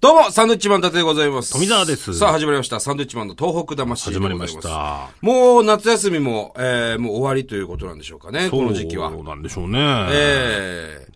どうも、サンドウィッチマン伊達でございます。富澤ですさあ、始まりました。サンドウィッチマンの東北魂で始ござまりいま。ますした。もう、夏休みも、えー、もう終わりということなんでしょうかね、この時期は。そうなんでしょうね。えー、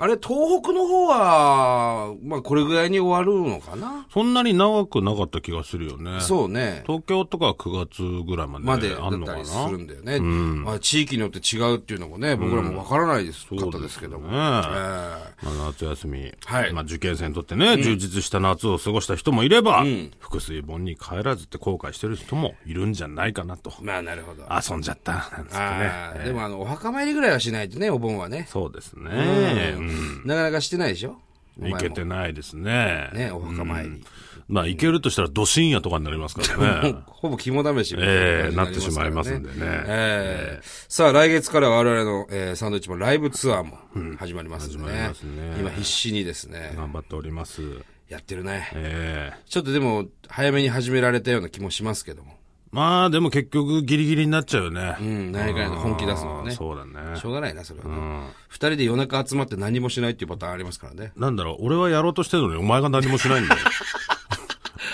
あれ、東北の方は、まあ、これぐらいに終わるのかな、そんなに長くなかった気がするよね。そうね。東京とかは9月ぐらいまでまでだあんっのたかな。りするんだよね。まあ、地域によって違うっていうのもね、僕らもわからないです、かったですけども。ねえーまあ、夏休み、はいまあ、受験生にとってね、充実した夏を過ごした人もいれば、複数盆に帰らずって後悔してる人もいるんじゃないかなと。まあ、なるほど。遊んじゃった、なんつってあーね。でも、あの、お墓参りぐらいはしないとね、お盆はね。そうですね。うんなかなかしてないでしょお前行もけてないですね。ね、お墓参り。まあ、行けるとしたら、ど深夜とかになりますからね。ほぼ肝試しみたいええななっ感てじしにまいりますからんでね。ええさあ、来月から我々の、えーサンドイッチマンライブツアーも始まりますんでね。始まりますね今必死にですね、頑張っております。やってるね。ええちょっとでも、早めに始められたような気もしますけども。まあ、でも結局、ギリギリになっちゃうよね。うん、何かの本気出すのはあーね。しょそうだね。うがないな、それはね。二、人で夜中集まって何もしないっていうパターンありますからね。なんだろう、俺はやろうとしてるのに、お前が何もしない んだよ。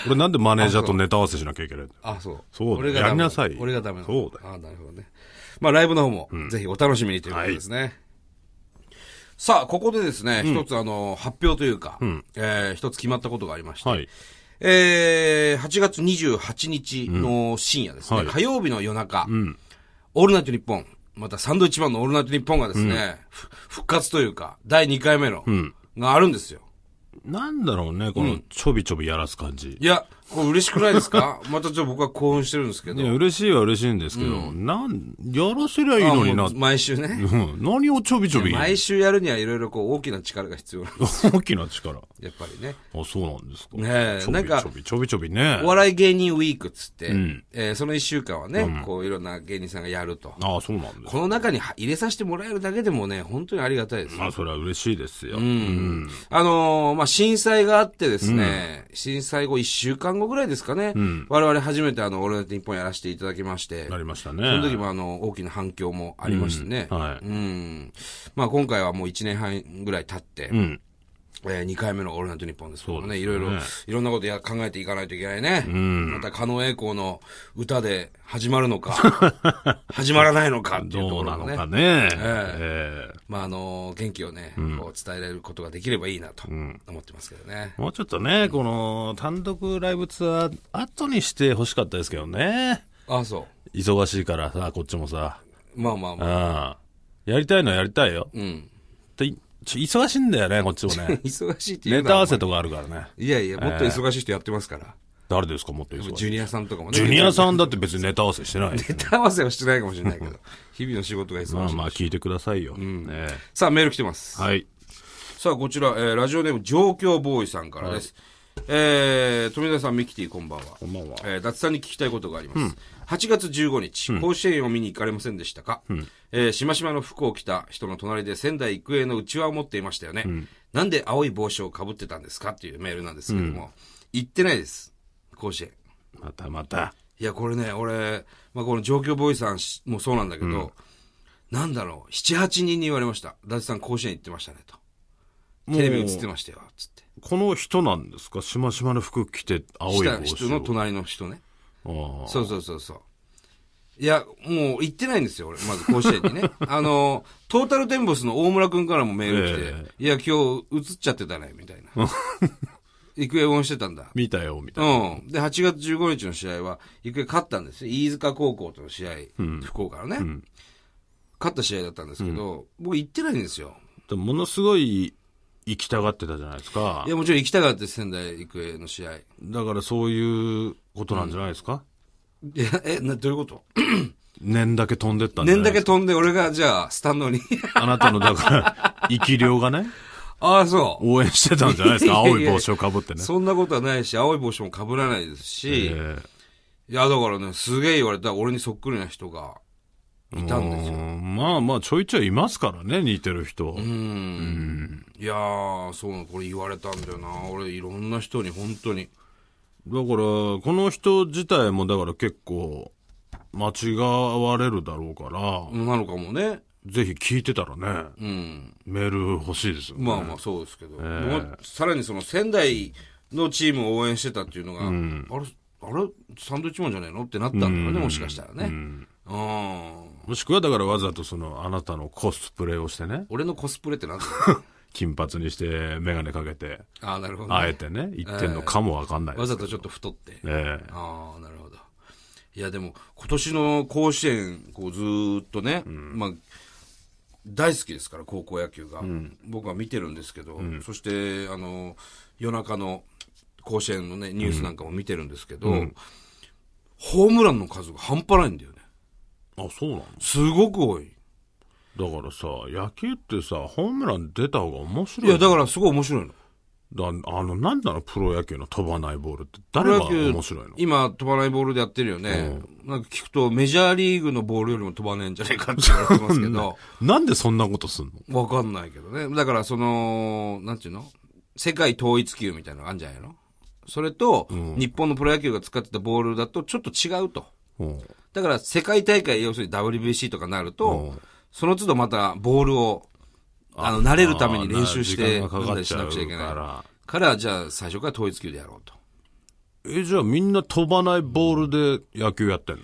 俺なんでマネージャーとネタ合わせしなきゃいけないんだよあ、そう。そうだよ俺がダメやりなさいよ俺がダメなのそうだあなるほどね。まあ、ライブの方も、ぜひお楽しみにということですね。さあ、ここでですね、一、つあの、発表というか、えー一つ決まったことがありまして、はい。えー、8月28日の深夜ですね、はい火曜日の夜中、オールナイトニッポン、またサンドイッチマンのオールナイトニッポンがですね、ふ復活というか、第2回目の、があるんですよ。なんだろうね、このちょびちょびやらす感じ。いや、これ嬉しくないですか またちょっと僕は興奮してるんですけどい、や、嬉しいは嬉しいんですけど、なん、やらせりゃいいのになあもう。毎週ね。うん何をちょびちょび。毎週やるにはいろいろこう大きな力が 必要な大きな力。 やっぱりね。あ、そうなんですか。ねえちょなびんかちょびちょびちょびねお。笑い芸人ウィークっつって、えーその一週間はね、こういろんな芸人さんがやると。ああ、そうなんですこの中に入れさせてもらえるだけでもね、本当にありがたいです。まあ、それは嬉しいですよ。うんあのーまあ、震災があってですね、震災後一週間後ぐらいですかね、我々初めてあの、オールナイトニッポンやらせていただきまして、なりましたね。その時もあの、大きな反響もありましてね。うんはいうんまあ今回はもう1年半ぐらい経って、んえ2回目のオールナイトニッポンですけどもね、そうですねいろいろ、いろんなことや考えていかないといけないね。また、狩野英孝の歌で始まる のか、始まらないのかっていうとどこうろなものね。かね。ええまああの、元気をね、こう伝えられることができればいいなと思ってますけどね。もうちょっとね、この単独ライブツアー、後にして欲しかったですけどね。ああ、そ忙しいからさ、こっちもさ。う。まあまあまあ。うん。やりたいのはやりたいよ。うん。でちょ忙しいんだよね、こっちもね。忙しい って言うネなタ合わおせとかあるからね。前いやいや、もっと忙しい人やってますから。誰ですか、もっと忙しジい。ュニアさんとかもね。ジュニアさんだって別にネタ合わせしてない。ネタ合わせはしてないかもしれないけど、日々の仕事が忙しい。まあまあ聞いてくださいよ。ねさあ、メール来てます。はい。さあ、こちら、えーラジオネーム、状況ボーイさんからです。えー、富田さん、ミキティ、こんばんは。こんばんはえー、達さんに聞きたいことがあります。8月15日、甲子園を見に行かれませんでしたか、えー、しましまの服を着た人の隣で仙台育英の内輪を持っていましたよね。なんで青い帽子をかぶってたんですかっていうメールなんですけども、行ってないです。甲子園。またまた。いや、これね、俺、まあ、この状況ボーイさんしもそうなんだけど、なんだろう、7、8人に言われました。伊達さん甲子園行ってましたね、と。テレビ映ってましたよ、つって。この人なんですかしましまの服着て、青しいた帽子を。人の隣の人ね。ああそうそうそうそう。いや、もう行ってないんですよ、俺。まず甲子園に ね。あの、トータルテンボスの大村くんからもメール来て、いや、今日映っちゃってたね、みたい な。育英応援してたんだ。見たよ、みたいな。うん。で、8月15日の試合は、育英勝ったんですよ。飯塚高校との試合、福岡のね、勝った試合だったんですけど、僕行ってないんですよ。でもものすごい行きたがってたじゃないですかい。や、もちろん行きたかったです仙台育英の試合。いだからそういうことなんじゃないですか、や、え、な、どういうこと年だけ飛んでったんじゃ年なだいでけす飛んで、俺が、じゃあ、スタンド に。かあなたの、だ から、生き量がね、ああ、そう。応援してたんじゃないですかいやい青やいいや帽子をかぶってね。そんなことはないし、青い帽子も被らないですし、えいや、だからね、すげえ言われた、俺にそっくりな人がえいたんですよ。うんまあまあ、ちょいちょいいますからね、似てる人。うん。いやー、そう、これ言われたんだよな。俺、いろんな人に、本当に。だから、この人自体も、だから結構、間違われるだろうから、なのかもね。ぜひ聞いてたらね、うん。メール欲しいですよね。まあまあそうですけど、でもさらにその仙台のチームを応援してたっていうのが、あれ、あれ、サンドイッチマンじゃないのってなったんだろうね、もしかしたらね。うん。もしくはだからわざとそのあなたのコスプレをしてね、俺のコスプレってなんだ 金髪にしてメガネかけて、ああ、なるほど、ね。あえてね、言ってんのかもわかんないでわざすけど。とちょっと太って。ええああ、なるほど。いや、でも、今年の甲子園、こう、ずーっとね、まあ、大好きですから、高校野球が。僕は見てるんですけど、そして、あの、夜中の甲子園のね、ニュースなんかも見てるんですけど、ホームランの数が半端ないんだよね。あ、そうなのすごく多い。だからさ、野球ってさ、ホームラン出た方が面白いい。や、だからすごい面白いの。だあの、なんなのプロ野球の飛ばないボールって。プ誰ロが野球面白いの今、飛ばないボールでやってるよね。なんか聞くと、メジャーリーグのボールよりも飛ばねえんじゃないかって言われてますけど。なんでそんなことすんのわかんないけどね。だから、その、なんていうの世界統一級みたいなのあるんじゃないのそれと、日本のプロ野球が使ってたボールだとちょっと違うと。うんだから、世界大会、要するに WBC とかなると、その都度またボールを、あの、慣れるために練習して、あー時間がかかっちゃなうくちゃいけない。か。からら、じゃあ、最初から統一級でやろうと。え、じゃあみんな飛ばないボールで野球やってんの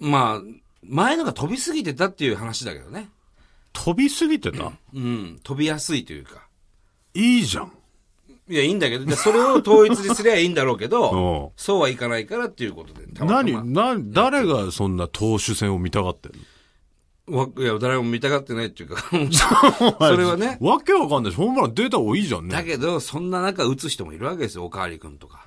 まあ、前のが飛びすぎてたっていう話だけどね。飛びすぎてた、うん、飛びやすいというか。いいじゃん。いや、いいんだけど、でそれを統一にすりゃいいんだろう けうんど、そうはいかないからっていうことで。たまたま何、何、誰がそんな投手戦を見たがってんのわいや、誰も見たがってないっていう か、 それはね。わけわかんないし、ホームラン出た方がいいじゃんだね。けど、そんな中打つ人もいるわけですよ、おかわりくんとか。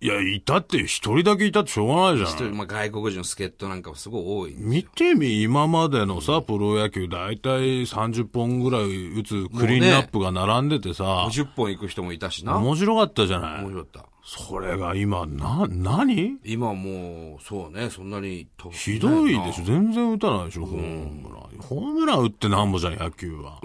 いや、いたって一人だけいたってしょうがないじゃ一ん。人、まあ、外国人の助っ人なんかもすごい多い。見てみ、今までのさ、プロ野球、だいたい30本ぐらい打つクリーンナップが並んでてさ、 50本行く人もいたしな。面面白かったじゃない。白かった。それが今、な、何今はもう、そうね、そんなに飛ぶひどいでしょ。全然打たないでしょ、ホームラン。ホームラン打ってなんぼじゃん、野球は。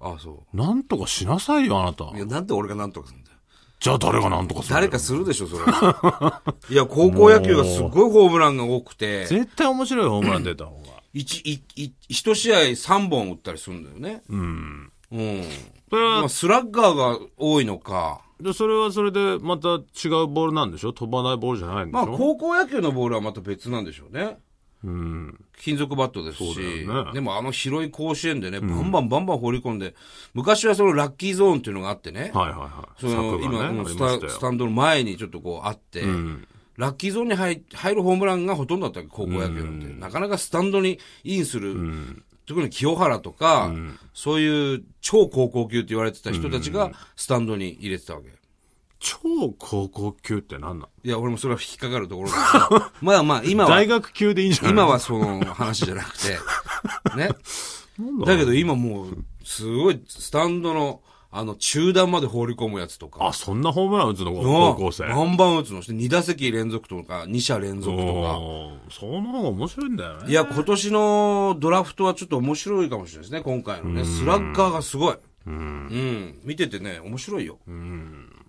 あ、そなんとかしなさいよ、あなたう。い。や、なんで俺がなんとかするんだよ。じゃあ誰がなんとかする誰かするでしょ、それ は。いや、高校野球がすごいホームランが多くて。絶対面白いホームラン出た方が。一、一、一一試合3本打ったりするんだよね。うん。うん。それまはあ、スラッガーが多いのか。で、それはそれで、また違うボールなんでしょ飛ばないボールじゃないんでしまあ、ょ高校野球のボールはまた別なんでしょうね。うん。金属バットですし。そうだよねでもあの広い甲子園でね、バンバンバンバン放り込んで、昔はそのラッキーゾーンっていうのがあってね。はいはいはい。その、柵今、がね、うんありスましたタスよ。タンドの前にちょっとこうあって、ラッキーゾーンに入入るホームランがほとんどだったわけ高校野球なんて、なかなかスタンドにインする、特に清原とか、そういう超高校級って言われてた人たちがスタンドに入れてたわけ。超高校級って何なのいや、俺もそれは引っかかるところだけ どまあまあ、今は大、学級でいいんじゃない今はその話じゃなく て、ね。だけど今もう、すごいスタンドの、あの、中段まで放り込むやつとか。あ、そんなホームラン打つのな高校生。バンバン打つのして、2打席連続とか、2者連続とか。おーその方が面白いんだよね。いや、今年のドラフトはちょっと面白いかもしれないですね、今回のね。スラッガーがすごい。うん。見ててね、面白いよ。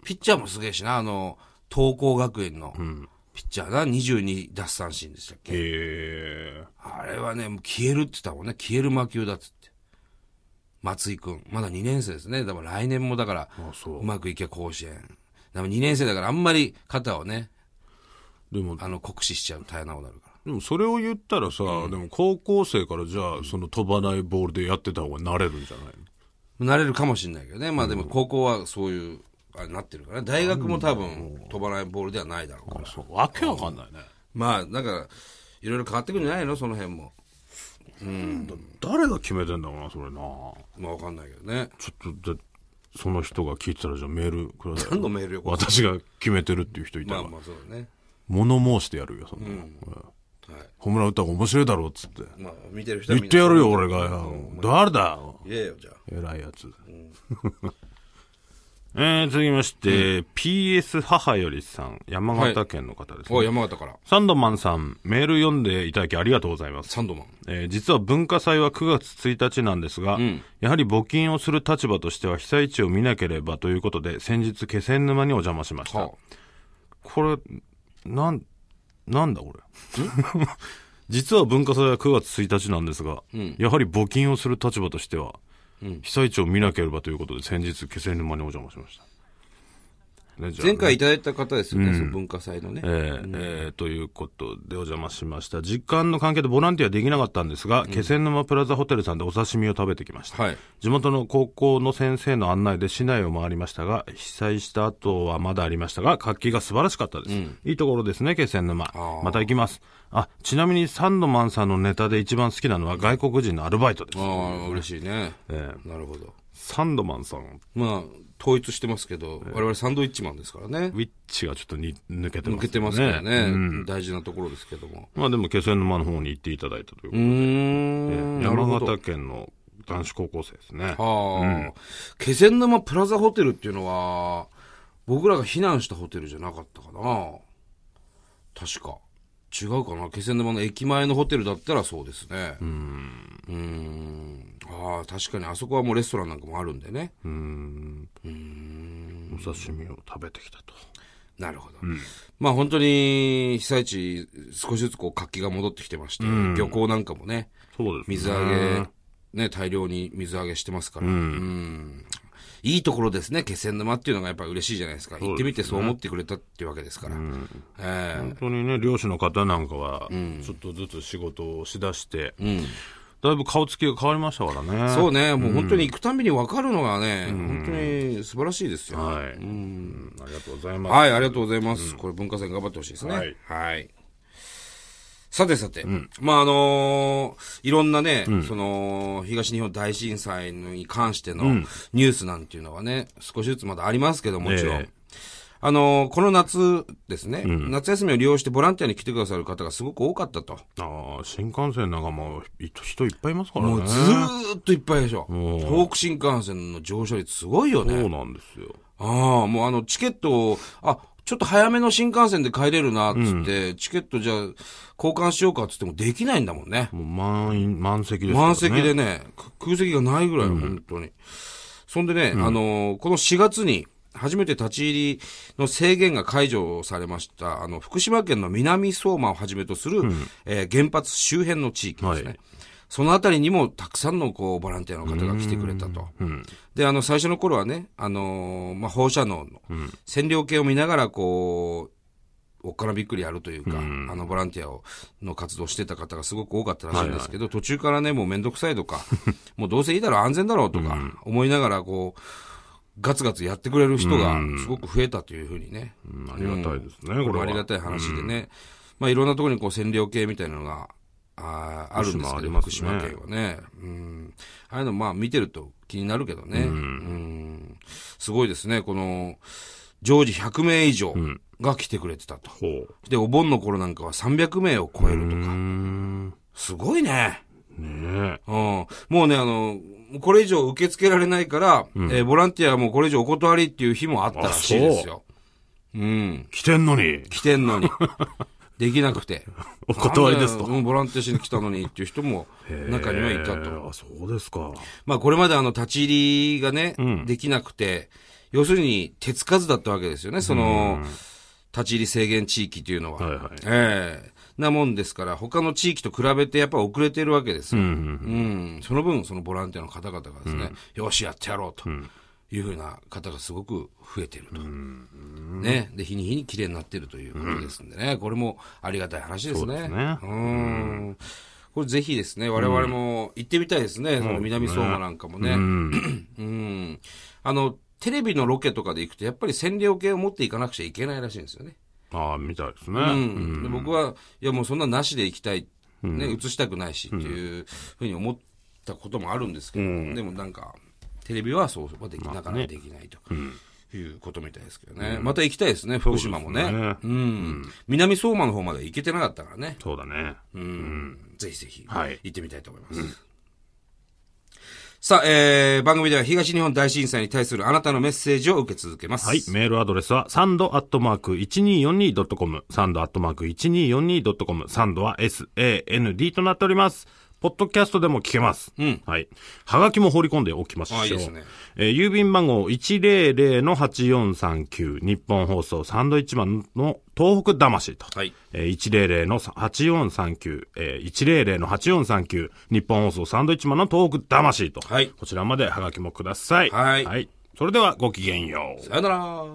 ピッチャーもすげえしな、あの、東光学園のピッチャーな、22奪三振でしたっけ。へあれはね、もう消えるって言ったもんね、消える魔球だっつって。松井くん。まだ2年生ですね。だから来年もだから、ーあ、そうまくいけ甲子園。だから2年生だからあんまり肩をね、う。でも、あの、酷使しちゃうと大変なことになるから。でもそれを言ったらさ、でも高校生からじゃあ、その飛ばないボールでやってた方が慣れるんじゃないの慣れるかもしれないけどね。まあでも高校はそういう、あれなってるからね。大学も多分飛ばないボールではないだろうから。そう。わけわかんないね。まあ、だから、いろいろ変わってくるんじゃないのその辺も。誰が決めてんだろうな、それな。まあわかんないけどね。ちょっと、でその人が聞いてたら、じゃあメールください。何のメールよ、これ私が決めてるっていう人いたまら、あまあそうだね。物申してやるよ、そんなの、うんはい。ホームラン打った方が面白いだろうっつって。まあ見てる人はみ言んっなてやるよ、俺がよ。誰だよ。言えよ、じゃあ。偉いやつ。 えー、続きまして、PS 母よりさん、山形県の方ですね。お山形から。サンドマンさん、メール読んでいただきありがとうございます。サンドマン。えー実は文化祭は9月1日なんですが、やはり募金をする立場としては被災地を見なければということで、先日気仙沼にお邪魔しました。はこれ、なん、なんだこれ。 実は文化祭は9月1日なんですが、やはり募金をする立場としては、被災地を見なければということで、先日気仙沼にお邪魔しました。ねじゃあね前回いただいた方ですよね、うんその文化祭のねえ。ーえーということでお邪魔しました。時間の関係でボランティアできなかったんですが、気仙沼プラザホテルさんでお刺身を食べてきました。はい。地元の高校の先生の案内で市内を回りましたが、被災した後はまだありましたが、活気が素晴らしかったです。いいところですね、気仙沼あ。ーまた行きます。あ、ちなみにサンドマンさんのネタで一番好きなのは外国人のアルバイトです。ああ、嬉しいね。ええなるほど。サンドマンさん、まあ、統一してますけど、我々サンドイッチマンですからねウ。ィッチがちょっとに抜けてま抜す、けてますからね。うん大事なところですけども。まあでも気仙沼の方に行っていただいたといううーことで、ん。なる山ほど形県の男子高校生ですね。はあ、気仙沼プラザホテルっていうのは、僕らが避難したホテルじゃなかったかな。確か。違うかな。気仙沼の駅前のホテルだったらそうですね。うん。ん。ああ、確かにあそこはもうレストランなんかもあるんでね。うーんお刺身を食べてきたと。なるほど。まあ本当に被災地少しずつこう活気が戻ってきてまして、漁港なんかもね、そうですね。水揚げ、ね、大量に水揚げしてますから。うんいいところですね、気仙沼っていうのがやっぱり嬉しいじゃないですか。行ってみてそう思ってくれたっていうわけですから。え本当にね、漁師の方なんかは、ちょっとずつ仕事をしだして、だいぶ顔つきが変わりましたからね。えそうね、もう本当に行くたびに分かるのがね、本当に素晴らしいですよ。はい。うんありがとうございます。はい、ありがとうございます。これ文化祭頑張ってほしいですね。ははいい。さてさて、まあ、あのーいろんなね、その、東日本大震災に関してのニュースなんていうのはね、少しずつまだありますけどもちろん。ええあのーこの夏ですね、夏休みを利用してボランティアに来てくださる方がすごく多かったと。ああ、新幹線なんかもうい人いっぱいいますからね。もうずーっといっぱいでしょ。東北新幹線の乗車率すごいよね。そうなんですよ。ああ、もうあの、チケットを、あ、ちょっと早めの新幹線で帰れるな、つって、チケットじゃあ、交換しようか、つってもできないんだもんね。もう満員、満席ですからね。満席でね、く空席がないぐらい、本当に。そんでね、あのーこの4月に、初めて立ち入りの制限が解除されました、あの、福島県の南相馬をはじめとする、えー原発周辺の地域ですね。はいそのあたりにもたくさんのこうボランティアの方が来てくれたと。で、あの、最初の頃はね、あのーまあ、放射能の線量計を見ながら、こう、おっからびっくりやるというか、あの、ボランティアを、の活動してた方がすごく多かったらしいんですけど、途中からね、もうめんどくさいとか、 もうどうせいいだろう、安全だろうとか、思いながら、こう、ガツガツやってくれる人がすごく増えたというふうにね、うんありがたいですこね、これれは。はありがたい話でね、まあ、いろんなところにこう占領系みたいなのがあーあるんですけど、福福島島あり県はね、うん、ああいうの、まあ、見てると気になるけどね、うんすごいですね、この常時100名以上が来てくれてたと、ほう。でお盆の頃なんかは300名を超えるとうーか、ん。すごいね。ねえ。うん、もうね、あの、これ以上受け付けられないから、えーボランティアもこれ以上お断りっていう日もあったらしいですよ。うん。来てんの に、来てん のに。できなくて。お断りですなんと。だようんボランティアしに来たのにっていう人も中にはいたへと。えあ、そうですか。まあこれまであの立ち入りがね、できなくて、要するに手つかずだったわけですよね、その、立ち入り制限地域というのは。はいはいええなもんですから、他の地域と比べてやっぱ遅れてるわけですよ。うんその分、そのボランティアの方々がですね、よし、やってやろうというふうな方がすごく増えてると。ね。で、日に日に綺麗になってるということですんでね、これもありがたい話ですね。そうですねうん。これぜひですね、我々も行ってみたいですね、その南相馬なんかもね。うん。うん。あの、テレビのロケとかで行くと、やっぱり線量計を持っていかなくちゃいけないらしいんですよね。ああ、みたいですね。うん、で僕は、いやもうそんななしで行きたい、ね、映したくないしっていうふうに思ったこともあるんですけど、でもなんか、テレビはそうはできなかなかできないと。いうことみたいですけどね。また行きたいですね、福島もね。うそうですねん。南相馬の方まで行けてなかったからね。そうだね。うんぜひぜひ、はい行ってみたいと思います。さあ、えー、番組では東日本大震災に対するあなたのメッセージを受け続けます。はい。メールアドレスは、サンドアットマーク 1242.com。サンドアットマーク 1242.com。サンドは SAND となっております。ポッドキャストでも聞けます。うんはい。はがきも放り込んでおきましょう。あいいですねえー郵便番号100-8439。日本放送サンドイッチマンの東北魂と。はい。えー100-8439、えー100-8439、日本放送サンドイッチマンのトーク魂と、はいこちらまでハガキもください。はいはい。それではごきげんよう。さよなら。